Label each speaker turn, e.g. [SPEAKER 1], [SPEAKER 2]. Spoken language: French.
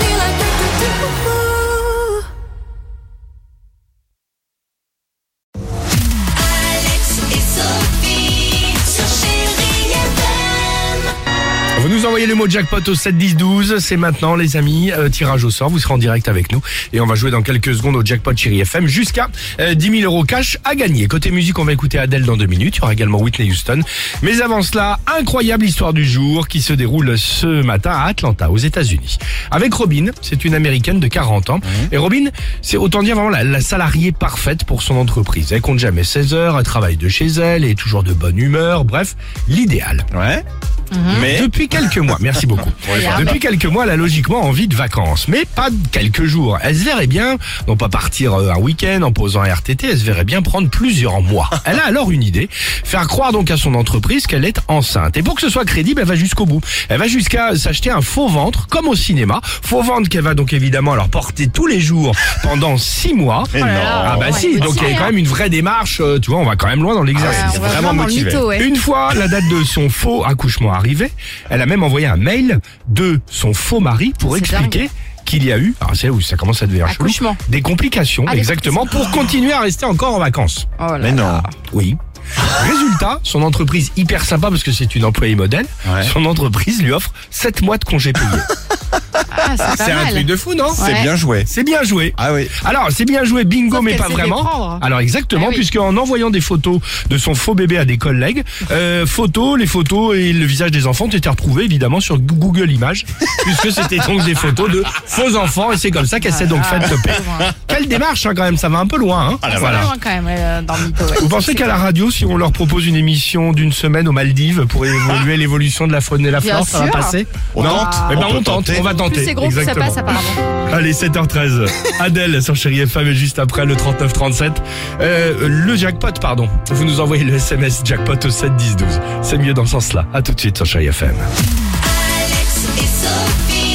[SPEAKER 1] like do, do, do. Alex et Sophie sur Chérie FM.
[SPEAKER 2] Vous nous envoyez le mot jackpot au 7 10 12, c'est maintenant les amis, Euh, tirage au sort, vous serez en direct avec nous et on va jouer dans quelques secondes au jackpot Chéri FM jusqu'à euh, 10 000 euros cash à gagner. Côté musique, on va écouter Adele dans deux minutes, il y aura également Whitney Houston. Mais avant cela, incroyable histoire du jour qui se déroule ce matin à Atlanta aux États-Unis. Avec Robin, c'est une américaine de 40 ans et Robin, c'est autant dire vraiment la, la salariée parfaite pour son entreprise. Elle compte jamais 16 heures, elle travaille de chez elle, elle est toujours de bonne humeur, bref, l'idéal.
[SPEAKER 3] Ouais. Mais
[SPEAKER 2] Depuis quelques mois, merci beaucoup. Depuis quelques mois, elle a logiquement envie de vacances, mais pas de quelques jours. Elle se verrait bien, non pas partir euh, un week-end en posant un RTT, elle se verrait bien prendre plusieurs mois. Elle a alors une idée, faire croire donc à son entreprise qu'elle est enceinte. Et pour que ce soit crédible, elle va jusqu'au bout. Elle va jusqu'à s'acheter un faux ventre, comme au cinéma. Faux ventre qu'elle va donc évidemment alors porter tous les jours pendant six mois.
[SPEAKER 3] Mais non.
[SPEAKER 2] Ah bah si, donc il y a quand même une vraie démarche, euh, tu vois, on va quand même loin dans l'exercice.
[SPEAKER 3] hein. Ah ouais, on va vraiment
[SPEAKER 4] dans le
[SPEAKER 3] motivé.
[SPEAKER 4] mytho, ouais.
[SPEAKER 2] Une fois la date de son faux accouchement arrivée, elle a même envoyé un mail de son faux mari pour
[SPEAKER 4] C'est
[SPEAKER 2] expliquer qu'il y a eu, alors c'est là où ça commence à devenir chelou,
[SPEAKER 4] Accouchement.
[SPEAKER 2] des complications,
[SPEAKER 4] Ah, des
[SPEAKER 2] exactement, pour continuer à rester encore en vacances.
[SPEAKER 4] Oh là
[SPEAKER 3] Mais
[SPEAKER 4] là.
[SPEAKER 3] non.
[SPEAKER 2] Oui. Résultat, son entreprise, hyper sympa parce que c'est une employée modèle,
[SPEAKER 3] Ouais.
[SPEAKER 2] son entreprise lui offre 7 mois de congés payés.
[SPEAKER 4] Ah, c'est pas
[SPEAKER 2] c'est un
[SPEAKER 4] mal.
[SPEAKER 2] truc de fou, non
[SPEAKER 3] C'est
[SPEAKER 4] Ouais.
[SPEAKER 3] bien joué.
[SPEAKER 2] C'est bien joué.
[SPEAKER 3] Ah oui.
[SPEAKER 2] Alors, c'est bien joué, bingo,
[SPEAKER 4] Sauf
[SPEAKER 2] mais
[SPEAKER 4] qu'elle
[SPEAKER 2] pas
[SPEAKER 4] s'est fait
[SPEAKER 2] vraiment.
[SPEAKER 4] prendre.
[SPEAKER 2] Alors, exactement,
[SPEAKER 4] Ah oui.
[SPEAKER 2] puisque en envoyant des photos de son faux bébé à des collègues, euh, photos, les photos et le visage des enfants ont été retrouvés évidemment sur Google Images, puisque c'était donc des photos de faux enfants, et c'est comme ça qu'elle s'est donc faite toper.
[SPEAKER 4] Ah,
[SPEAKER 2] Quelle démarche, hein, quand même, ça va un peu loin. hein.
[SPEAKER 3] Ah, la
[SPEAKER 2] Voilà.
[SPEAKER 4] Loin quand même euh, dans le mytho. ouais.
[SPEAKER 2] Vous pensez qu'à la radio, si on leur propose une émission d'une semaine aux Maldives pour évoluer l'évolution de la faune et la
[SPEAKER 4] Bien
[SPEAKER 2] flore, ça va
[SPEAKER 4] sûr.
[SPEAKER 2] passer
[SPEAKER 3] On
[SPEAKER 2] Non
[SPEAKER 3] tente.
[SPEAKER 2] Eh ben,
[SPEAKER 3] On peut
[SPEAKER 2] on tente,
[SPEAKER 3] tenter.
[SPEAKER 2] on va tenter.
[SPEAKER 4] Plus c'est gros, plus ça
[SPEAKER 2] Exactement.
[SPEAKER 4] passe apparemment.
[SPEAKER 2] Allez, 7h13. Adèle sur Chéri FM et juste après le 39-37. Euh, le jackpot, pardon. Vous nous envoyez le SMS jackpot au 7-10-12. C'est mieux dans ce sens-là. À tout de suite sur Chéri FM.
[SPEAKER 1] Alex et Sophie.